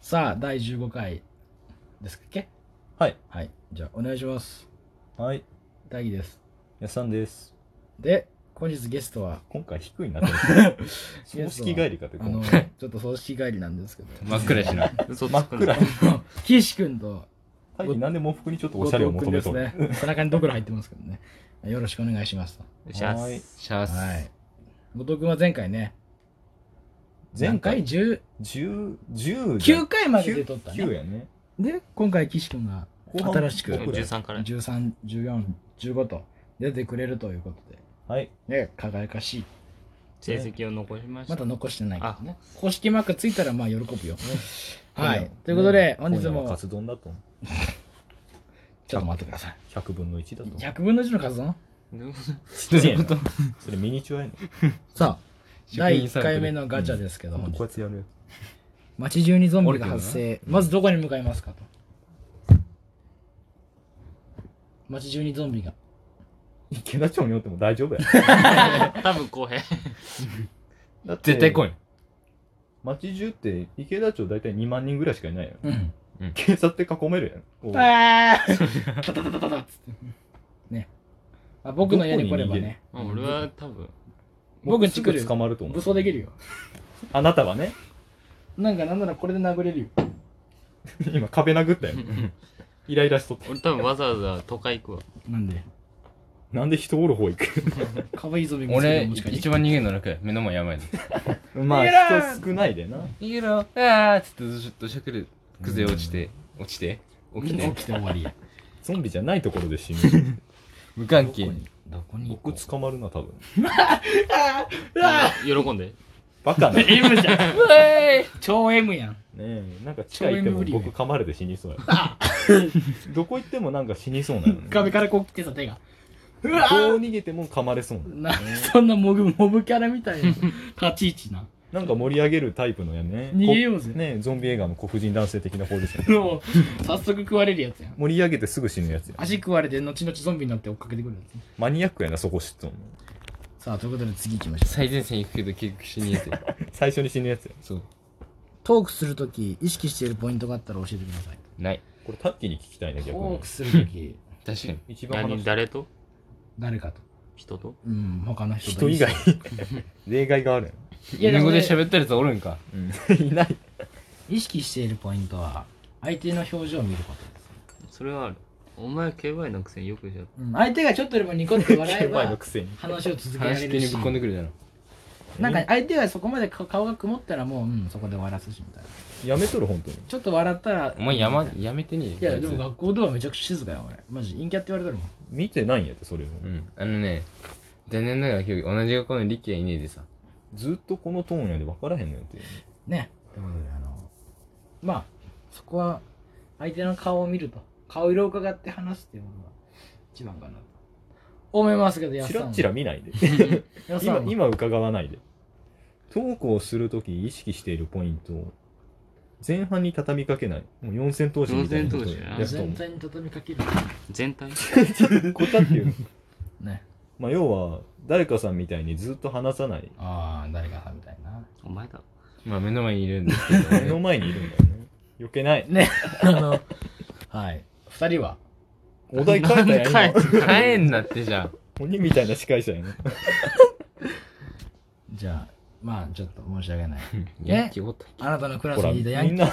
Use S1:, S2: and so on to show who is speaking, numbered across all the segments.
S1: さあ、第15回ですっけ
S2: はい。
S1: はい。じゃあ、お願いします。
S2: はい。
S1: 大義です。
S2: やっさんです。
S1: で、本日ゲストは、
S2: 今回低いなと思って。 葬式帰りかと
S1: あの、
S2: 今
S1: ちょっと葬式帰りなんですけど、
S3: 真っ暗やしな。
S2: 真っ暗。
S1: 岸君と
S2: 最近なんでも服にちょっとおしゃれを求め
S1: 後
S2: と
S1: 藤君です
S2: る。
S1: ね。背中にドクロ入ってますけどね。よろしくお願いしますと。
S3: シャ
S2: はーい
S3: ス。シャス。
S1: はい。後藤君は前回ね、
S2: 前
S1: 何
S2: 回
S1: 10
S2: 10、10
S1: 9回までで撮った
S2: 9
S1: ね。
S2: やね。
S1: で、今回岸君が
S2: 後半
S1: 新しく
S2: 後半
S3: 13から。
S1: 13、14、15と出てくれるということで。
S2: はい。
S1: ね、輝かしい。
S3: 成績を残しまし
S1: ま
S3: た
S1: だ。残してないけどね。公式マークついたらまあ喜ぶよ。はい
S2: ね。
S1: ということで、
S2: ね
S1: 本日
S2: 今夜は
S1: も
S2: カ、ツ丼だと。
S1: ちょっと待ってください。
S2: 100分の1だと。
S1: 100分の1の数の
S2: ちっちゃいな。それミニチュアやね
S1: さあ、
S3: 職
S1: 第
S3: 員
S1: 1
S3: サークル
S1: 回目のガチャですけど、
S2: こうやってやるよ。
S1: 街中にゾンビが発生。まずどこに向かいますかと。街中にゾンビが。
S2: 池田町におっても大 丈夫や。
S3: 多分後編。
S2: だって
S3: 絶対来い。
S2: 街中って池田町大体2万人ぐらいしかい ないよ。
S1: うん。
S2: 警察って囲めるやん。こう
S1: ああタタタタタタっつって。ね。あ僕の家に来ればね。
S3: まあ俺は多分。
S1: 僕ん
S2: す
S1: ち
S2: ぐ
S1: 来る
S2: 捕まると思
S1: 武
S2: う。
S1: 装できるよ。
S2: あなたはね、
S1: なんかなんならこれで殴れるよ。
S2: 今壁殴ったよ。イライラしとって。
S3: 俺多分わざわざ都会行くわ。
S1: なんで
S2: なんで人おる方行く
S1: 可愛いゾンビ見つけた
S4: 俺
S1: らもしかして
S4: 一番逃げるの楽や目の前やばいの
S2: まあ人少ないでな。
S4: 逃げろあーっつってずっとしゃくる崩れ落ちて落ちて起きて
S1: 起きて終わりや。
S2: ゾンビじゃないところで死ぬ。
S4: 無関係
S1: どこ
S4: に
S1: にどこに
S2: 僕捕まるな、多分。
S3: 喜んで。
S2: バカな。ね
S1: M じゃん。超 M やん。
S2: え、なんか地下行っても僕噛まれて死にそうや。 どこ行ってもなんか死にそうなのね。
S1: 壁からこう来てさ、手が。うわ
S2: どう逃げても噛まれそうな。
S1: な、そんなモブ、モブキャラみたいな立ち位置な。
S2: なんか盛り上げるタイプのやね。
S1: 逃げようぜ
S2: こねえ、ゾンビ映画の黒人男性的な方ですよね。
S1: もう、早速食われるやつやん。
S2: 盛り上げてすぐ死ぬやつや。
S1: 足食われて、後々ゾンビになって追っかけてくるや
S2: マニアックやな、そこ知っとんの。
S1: つ。さあ、ということで次行きましょう。
S4: 最前線行くけど結局死にえて
S2: 最初に死ぬやつや。
S4: そう
S1: トークするとき、意識しているポイントがあったら教えてください。
S4: ない
S2: これタッキーに聞きたいね、
S1: ト
S2: 逆
S1: ー
S2: に
S1: ク。するとき、
S4: 確かに
S2: 一番話
S3: 何誰と
S1: 誰かと。
S3: 人と
S1: うん、他の人と
S2: 人以外。 例外がある
S1: いや、
S4: 英
S1: でも
S4: 語
S1: ね
S4: で喋ったやつおるんか
S2: うんいない。
S1: 意識しているポイントは、相手の表情を見ることです。
S3: それはある。お前、KY のくせによくじゃ。
S1: うん相手がちょっとでもニコって笑え
S2: 前の
S1: ば
S2: く、せに。
S1: 話を続けら
S4: 話
S1: れ
S4: 急
S1: る
S4: に
S1: し
S4: ぶっ。こんでくるじゃん
S1: なんか相手がそこまでか顔が曇ったらもう、うん、そこで終わらすしみたいな。
S2: やめとる、本当に。
S1: ちょっと笑ったら。
S4: お前や,、ま
S1: い、
S4: やめてねえ
S1: や、で
S4: こ
S1: も
S4: つ
S1: 学校ではめちゃくちゃ静かや、俺。マジ、陰キャって言われてるもん。
S2: 見てないんやって、それを。
S4: うんあのね残念ながら今日同じ学校のリキはいねえでさ
S2: ずっとこのトーンやで分からへんのやって。
S1: ね。ということで、あの、まあ、そこは、相手の顔を見ると、顔色を伺って話すっていうのが、一番かなと。思いますけど、やっ
S2: チ
S1: さん
S2: ラ
S1: は。
S2: ッチラ見ないで。
S1: やっさん
S2: 今
S1: は、
S2: 今伺わないで。トークをするとき意識しているポイントを前半に畳みかけない。もう四千頭身みたいなことを
S3: 四千頭身や
S2: やっと
S1: 全
S2: 思う
S1: 体に畳みかける。
S3: 全体
S2: こたっていう。
S1: ね。
S2: まあ、要は、誰かさんみたいにずっと話さない。
S1: ああ、誰かさんみたいな。
S3: お前だ。
S4: まあ目の前にいるんですけど、ね、
S2: 目の前にいるんだよね。避けない。
S1: ね。あの、はい。二人は、
S2: お題変えたやん、今。
S4: 帰んなってじゃあ
S2: 鬼みたいな司会者やね。
S1: じゃあ、まあ、ちょっと申し 訳ない。
S4: いやきおった
S1: あなたのクラス
S2: ほら、
S1: にい
S2: み
S1: たヤンキ
S2: んな、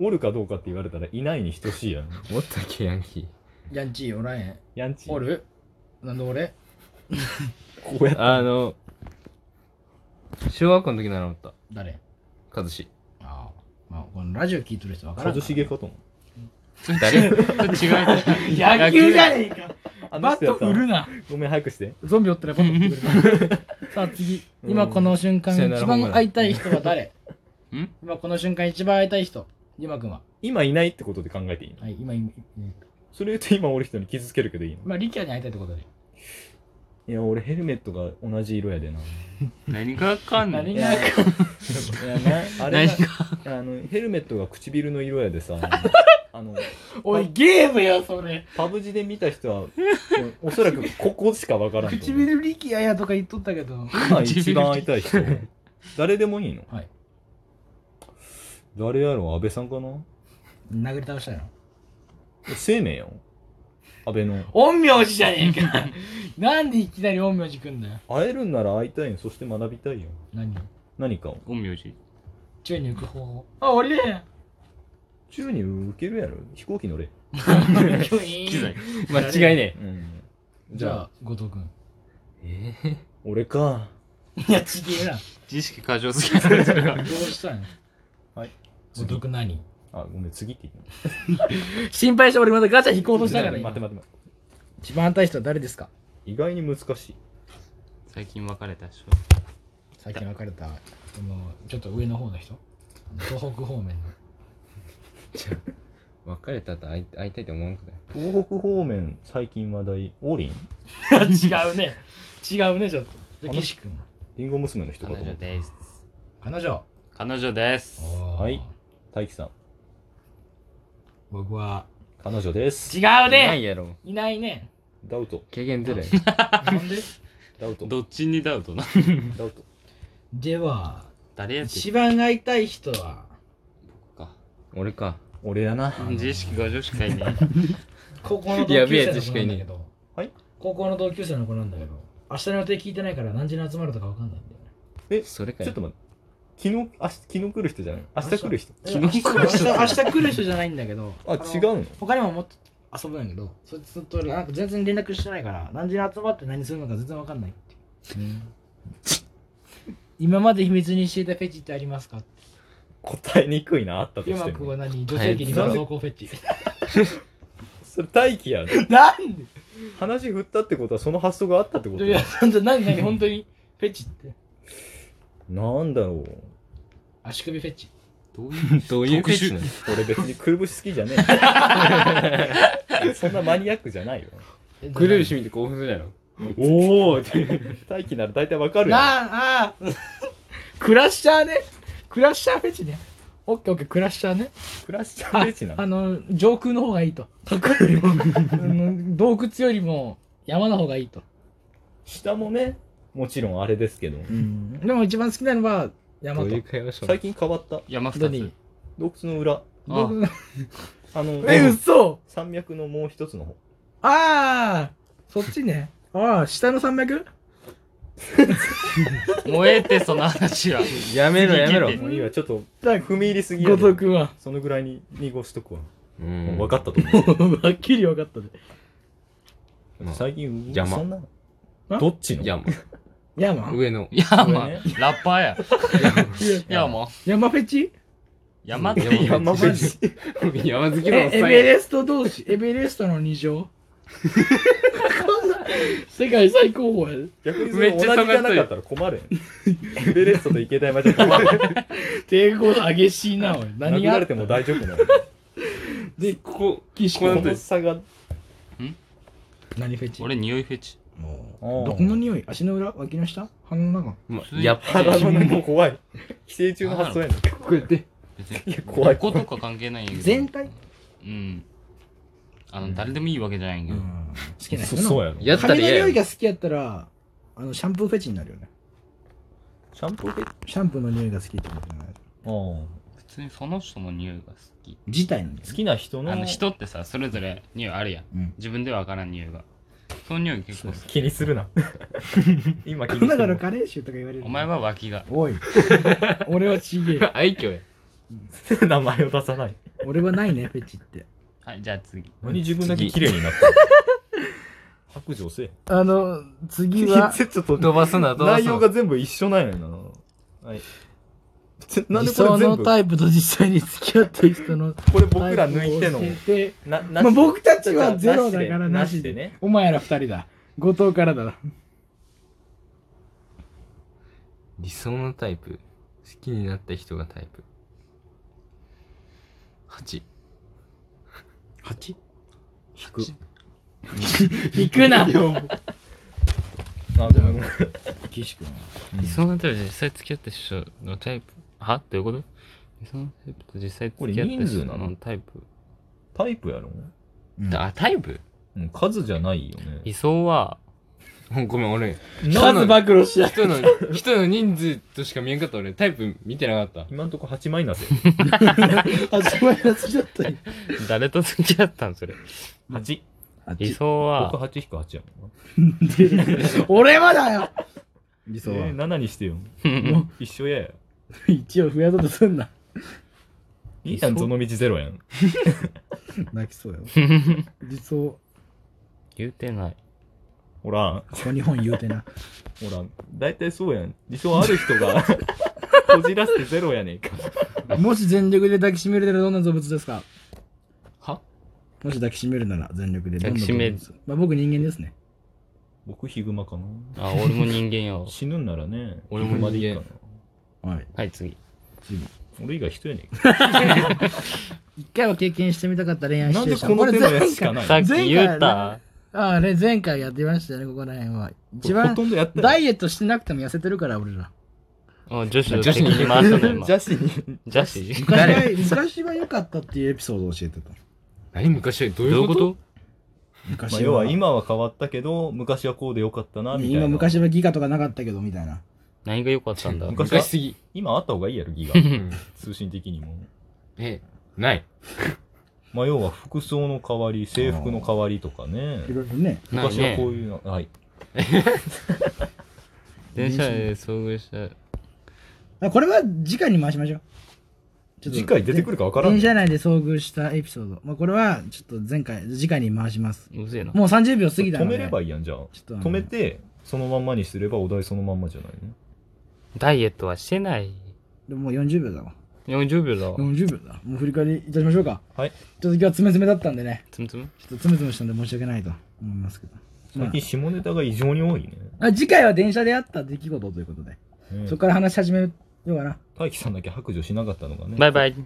S2: おるかどうかって言われたら、いないに等しいやん。
S4: おったっけヤンキー
S1: ー、ヤンチーおらへん。
S2: ヤンチ。
S1: おるなんで俺
S2: こうやって。
S4: あの、小学校の時習った。
S1: 誰
S4: 和志。
S1: ああ。まあ、このラジオ聞いてる人わからんか
S2: 一
S1: ら。
S2: 茂かと思う。
S4: 誰
S3: 違う。
S1: 野球じゃねえか
S2: あの
S1: バッ
S2: 人や
S1: ト
S2: った
S1: 振るな
S2: ごめん、早くして。
S1: ゾンビおったらバット振ってくれる さあ次。今この瞬間
S4: さよなら
S1: 一番
S4: ホームラン
S1: 会いたい人は誰
S3: ん
S1: 今この瞬間一番会いたい人。ゆまくんは。
S2: 今いないってことで考えていいの
S1: はい、今、今
S2: それ言うと今おる人に傷つけるけどいいの
S1: まあ、リキャに会いたいってことで。
S2: いや、俺ヘルメットが同じ色やでな。
S3: 何がわかんな
S1: 何
S3: い。
S1: が
S2: いやいや、な、あれが、あの、ヘルメットが唇の色やで さ、あの、
S1: おい、ゲームや、それ。
S2: パブジで見た人は、おそらくここしかわからんと思う。
S1: 唇リキャやとか言っとった けど。
S2: 今一番会いたい人。誰でもいいの
S1: はい。
S2: 誰やろう安倍さんかな
S1: 殴り倒したよ
S2: 生命やん。安倍の。
S1: 陰陽師じゃねえか なんでいきなり陰陽師くんだよ
S2: 会えるんなら会いたいよ。そして学びたいよ。
S1: 何
S2: 何かを。
S3: 陰陽師。
S1: 宙に浮く方法あ俺だよ
S2: 宙に受けるやろ。飛行機乗れ。
S3: 機 材。
S4: 間違いね
S2: うん。
S4: え。
S1: じゃあ。後藤君
S4: ええ。
S2: 俺か。
S1: いやちげえな
S3: 知識過剰すぎる。そ
S1: ど
S3: れが
S1: うしたの
S2: はい
S1: 後藤君何
S2: あ、ごめん、次って言っ。
S1: 心配して俺またガチャ引こうとしたたから
S2: 待
S1: 今
S2: って待って待って。
S1: 一番反対した人は誰ですか
S2: 意外に難しい。
S3: 最近別れた人。
S1: 最近別れたこのちょっと上の方の人東北方面の
S4: 別れたと会い会いたいと思わんくない
S2: 東北方面、最近話題、王林
S1: 違うね違うねちょっと
S2: で
S1: 岸君
S2: リンゴ娘の人かと
S3: 彼
S2: 思
S3: 女
S2: った。
S3: です。
S1: 彼女
S3: 彼女です。
S2: はい大輝さん、
S1: 僕は
S2: 彼女です。
S1: 違う
S4: な
S1: ね
S4: いやろ。
S1: いないね
S2: ダウト、
S4: 経験出る。
S1: なんで
S2: ダウト、
S3: どっちにダウトな。
S2: ダウト。
S1: では
S3: 誰やって
S1: 一番会いたい人は
S3: か。
S4: 俺か。
S2: 俺やな。
S3: 自意識過剰しかいない。
S1: 高校の同
S4: や
S1: 級
S4: べ
S1: 生
S4: えや
S1: の
S4: つ
S1: 子
S4: し
S1: な
S4: かい
S1: ん
S4: ね
S1: だ
S4: え
S1: けど
S2: はい
S1: 高校の同級生の子なんだけど明日の予定聞いてないから何時に集まるとかわかんないんだよね
S4: それか
S2: ちょっ
S4: よ
S2: と。待って。昨日、あし昨日来る人じゃない明日来る人。
S1: 明日明日明日来る人じゃないんだけど
S2: あ、
S1: の
S2: 違うの
S1: 他にももっと遊ぶんやけどそいつとなんか全然連絡してないから何時に集まって何するのか全然わかんないって今まで秘密にしていたフェチってありますか
S2: 答えにくいな、あったと
S1: うま
S2: して
S1: く
S2: も。
S1: は何女性器に走行フェチ
S2: それ大輝やで。
S1: なんで
S2: 話振ったってことは、その発想があったってこと
S1: いやなんで何何本当にフェチって
S2: なんだろう。
S1: 足首フェチ
S3: どういう
S4: どういう
S3: 特殊
S4: フェチなの
S2: 俺別にくるぶし好きじゃね え。そんなマニアックじゃないよ。
S4: くるぶし見て興奮するやろ。
S2: おおって。大輝なら大体わかるよ。
S1: なあああクラッシャーねクラッシャーフェチねオッケーオッケークラッシャーね
S2: クラッシャーレチな
S1: あ
S2: の。
S1: の上空の方がいい と高いよりも洞窟よりも山の方がいいと、
S2: 下もね、もちろんあれですけど。
S1: でも一番好きなのは山
S4: ど
S1: と
S4: ういう会話しとんの
S2: 最近変わった。
S3: 山
S1: ど
S3: 二
S1: に
S3: つ。
S2: 洞窟の裏。
S3: あ
S1: 僕
S2: あの、
S1: え嘘
S2: 山脈のもう一つの方。
S1: ああそっちねああ下の山脈
S3: 燃えて、その話は。
S4: やめろやめろ。
S2: もういいわ、ちょっと
S1: じゃあ
S2: 踏み入りすぎや
S1: 後
S2: で
S1: 藤。君は
S2: そのぐらいに濁しとくわ。
S4: う
S2: もうん分かったと思う。
S1: はっきり分かったで
S4: まあ
S2: 最近、う
S4: 山
S2: そんなの
S1: あ
S2: どっちの
S4: 山。
S1: 山
S4: 上の。
S3: 山
S2: これね。
S3: ラッパーや。山。
S1: 山フェチ
S3: 山って
S4: 山
S3: 言う。
S2: 山
S4: マ
S2: 口。
S4: 山好きのお
S1: え
S4: っさ
S1: エ
S4: ん
S1: ベ
S4: や。
S1: レスト同士エベレストの二乗 こんな世界最高峰やで
S2: 逆にそ
S4: め
S2: れ
S4: っ
S2: 同
S4: ち
S2: じ
S4: ゃ
S2: じゃな
S4: 尖っとる
S2: かったら困るやん。エベレストと池田山じゃ困る。
S1: 抵抗激しいなおい
S2: 殴
S1: 何が
S2: ら
S1: あ
S2: れ
S1: る
S2: ても大丈夫なの。
S4: で、ここ、
S1: 岸
S2: こ
S1: 君
S2: の差が。
S1: 何フェチ
S3: 俺、匂いフェチ。
S2: ど
S1: どこの匂い足の裏脇の下鼻の中
S4: まあ
S3: 普通に
S4: やっぱり
S2: 腹の中怖い。寄生虫の発想やねん。
S4: こうやって。
S3: 別に
S2: いや、怖い。
S3: こことか関係ないんやけど
S1: 全体
S3: うんあの誰でもいいわけじゃないんやけ
S1: 好
S3: ど
S1: きな人
S2: そ
S1: の
S2: そうやろ。
S4: やったら
S1: 髪の
S4: 嫌
S1: 匂い
S4: や。
S1: が好きやったらあのシャンプーフェチになるよね
S2: シャンプーペッ
S1: シャンプーの匂いが好きってことじゃない
S2: 好
S3: 普通にその人の匂いが好き
S1: 自体の好き
S2: きな人の
S3: あの人ってさそれぞれ匂いあるやん、
S1: うん
S3: 自分では分からん匂いがその匂い結構好き
S2: 気にするな。今気に
S1: だ
S2: す
S1: か
S2: る
S1: ら
S2: な。
S1: カレー臭とか言われる
S3: お前は脇が
S1: お い俺はちげえ
S4: 愛嬌や。
S2: 名前を出さない。
S1: 俺はないねフェチって
S3: はいじゃあ次
S2: 何自分だけ
S4: 次
S2: 綺麗になったの白状せえ。
S1: あの次
S2: ちょっと
S4: 飛ばすな、飛ばす
S2: 内
S4: な
S2: 容。が全部一緒なんやな。はい。ちなんでこれ全部、
S1: イプと実際に付き合ってる人の
S2: これ僕ら抜いての。
S1: の
S2: な、な
S1: まあ、僕たちはゼロだからな
S2: な
S1: し
S2: し
S1: で
S2: で
S1: ね
S2: ね。
S1: お前ら二人だ。後藤からだな。
S4: 理想のタイプ。好きになった人がタイプ。8。
S1: 八？
S2: 引く。
S1: 行くな。
S2: あ、でも、
S1: 岸君は。
S4: 理想のタイプで実際付き合った人のタイプ。はどういうこと理想のタイプと実際付き合
S2: こ
S4: った人
S2: れ人数な
S4: の
S2: の
S4: タイプ。
S2: タイプやろ
S4: あ、タイプ
S2: うん、数じゃないよね。
S4: 理想は、
S3: もう ごめん、俺、
S5: 数暴露しや
S3: 人 の、人の人数としか見えんかった俺、タイプ見てなかっ
S2: 今んとこ8マイナス。
S5: 始まりやすちゃったよ
S3: 誰と付き合ったんそれ。
S2: 8。
S3: 理
S1: 理
S3: 想
S2: 僕
S3: は、
S2: 8引く8やもんな。
S5: 俺はだよ
S1: 想
S2: えー、
S1: は
S2: 7にしてよ。一緒やや。
S5: 一応増やそうとすんない
S2: いやん、その道ゼロやん。
S1: 泣きそうよ。
S5: 理想
S3: 言うてない。
S2: おらん。
S5: ここ日本言うてな
S2: おらん。大体そうやん。理想ある人が、 こじらせてゼロやねんか。
S1: もし全力で抱きしめるならどんな動物ですか
S3: は
S1: もし抱きしめるなら全力でどんな動物
S3: 抱き
S1: まあ僕人間ですね。
S2: 僕、ヒグマかな。
S3: あ、俺も人間よ。
S2: 死ぬんならね、
S3: 俺も
S2: ヒグマでいいかな。
S1: はい。
S3: はい、次。
S2: 俺以外人やねんか。
S1: 一回は経験してみたかった恋愛シ
S2: な
S1: チ
S2: ん
S1: ュエ
S2: で
S1: ーション
S2: この手のやつし
S1: これ
S2: かない
S3: さっ
S2: の
S3: き言
S1: 前
S3: う
S1: 回
S3: た。
S1: ああね、前回やってましたね、ここら辺は。一
S2: ほ
S1: 番、
S2: とんどやってな
S1: ダ
S2: い。
S1: イエットしてなくても痩せてるから、俺ら。
S3: あ女子の
S4: 女子
S3: 敵
S4: に
S3: に回したの 今。
S2: ジャシに。
S3: 女子
S1: 昔は、昔は良かったっていうエピソードを教えてた。
S4: 何昔ど
S3: どう
S4: うい
S3: いうう
S4: こ
S3: ことと
S2: まあ、
S1: 昔
S2: 要は
S1: は、
S2: 今は変わったけど、昔はこうでよかったな、みたいな。
S1: 今昔はギガとかなかったけど、みたいな。
S3: 何が良かったんだ
S2: 昔
S4: 昔
S2: は
S4: すぎ。
S2: 今あった方がいいや ろ、ギガ。
S4: うん
S2: 通信的にも。
S4: え、ない。
S2: まあ、要は服装の代わり、制服の代わりとかね。
S1: いろいろね。
S3: ない
S2: 昔はこう
S3: ね。
S2: いうの、はい。
S3: 電車で遭遇した。
S1: あこれは次回に回しましょう。ちょっと
S2: 次回出てくるか分からん
S1: 電
S2: ね。
S1: 車内で遭遇したエピソード。まあ、これは、ちょっと前回、次回に回します。
S3: うぜえな。
S1: もう30秒過ぎた
S2: 止
S1: ので。
S2: めればいいやん、じゃあ。
S1: ちょっとあの
S2: 止めて、そのまんまにすればお題そのまんまじゃないね。
S3: ダイエットはしてない。
S1: でももう40秒だわ。
S3: 40秒だわ。
S1: 40秒だ。もう振り返りいたしましょうか。
S2: はい。
S1: ちょっと今日は詰め詰めだったんでね。
S3: つむつむ
S1: ちょっと詰め詰めしたんで申し訳ないと思いますけど。ま
S2: 最近下ネタが異常に多いね。
S1: あ、あ次回は電車であった出来事ということで、
S2: ね
S1: そこから話し始めようかな。
S2: 大輝さんだけ白状しなかったのがね。
S3: バイバイ。
S4: うん